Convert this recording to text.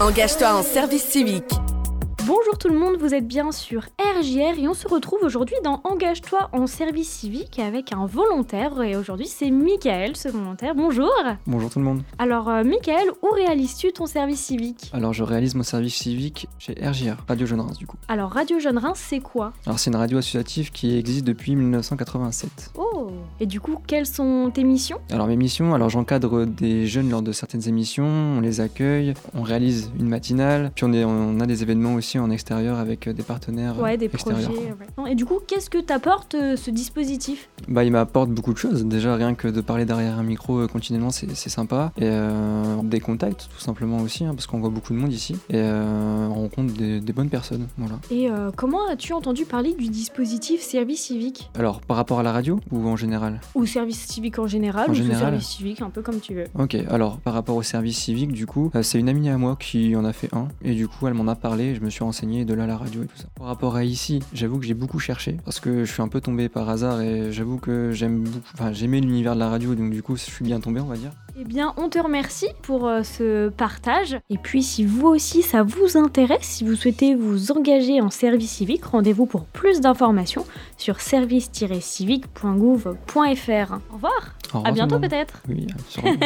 Engage-toi en service civique. Bonjour tout le monde, vous êtes bien sur RJR et on se retrouve aujourd'hui dans Engage-toi en service civique avec un volontaire et aujourd'hui c'est Michael ce volontaire. Bonjour Bonjour tout le monde. Alors euh, Michael, où réalises-tu ton service civique Alors je réalise mon service civique chez RJR, Radio Jeune Reims du coup. Alors Radio Jeune Reims c'est quoi Alors c'est une radio associative qui existe depuis 1987. Oh Et du coup, quelles sont tes missions Alors mes missions, alors j'encadre des jeunes lors de certaines émissions, on les accueille, on réalise une matinale, puis on, est- on a des événements aussi en extérieur avec euh, des partenaires euh, Ouais, des extérieurs. projets. ouais. Non, Et du coup, qu'est-ce que t'apporte euh, ce dispositif Bah il m'apporte beaucoup de choses, déjà rien que de parler derrière un micro euh, continuellement c'est c'est sympa, et euh, des contacts tout simplement aussi, hein, parce qu'on voit beaucoup de monde ici, et euh, on rencontre des, des bonnes personnes, voilà. Et euh, comment as-tu entendu parler du dispositif service civique Alors par rapport à la radio ou en général Ou service civique en général En ou général. sous service civique, un peu comme tu veux Ok, alors par rapport au service civique, du coup, euh, c'est une amie à moi qui en a fait un, et du coup, elle m'en a parlé, je me suis renseigné, de là la radio et tout ça. Par rapport à ici, j'avoue que j'ai beaucoup cherché, parce que je suis un peu tombé par hasard, et j'avoue que j'aime beaucoup, enfin, j'aimais l'univers de la radio, donc du coup, je suis bien tombé, on va dire. Eh bien, on te remercie pour euh, ce partage. Et puis, si vous aussi ça vous intéresse, si vous souhaitez vous engager en service civique, rendez-vous pour plus d'informations sur service-civique.gouv.fr. Au revoir, Au revoir, à tout le bientôt monde. peut-être. Oui, sûrement.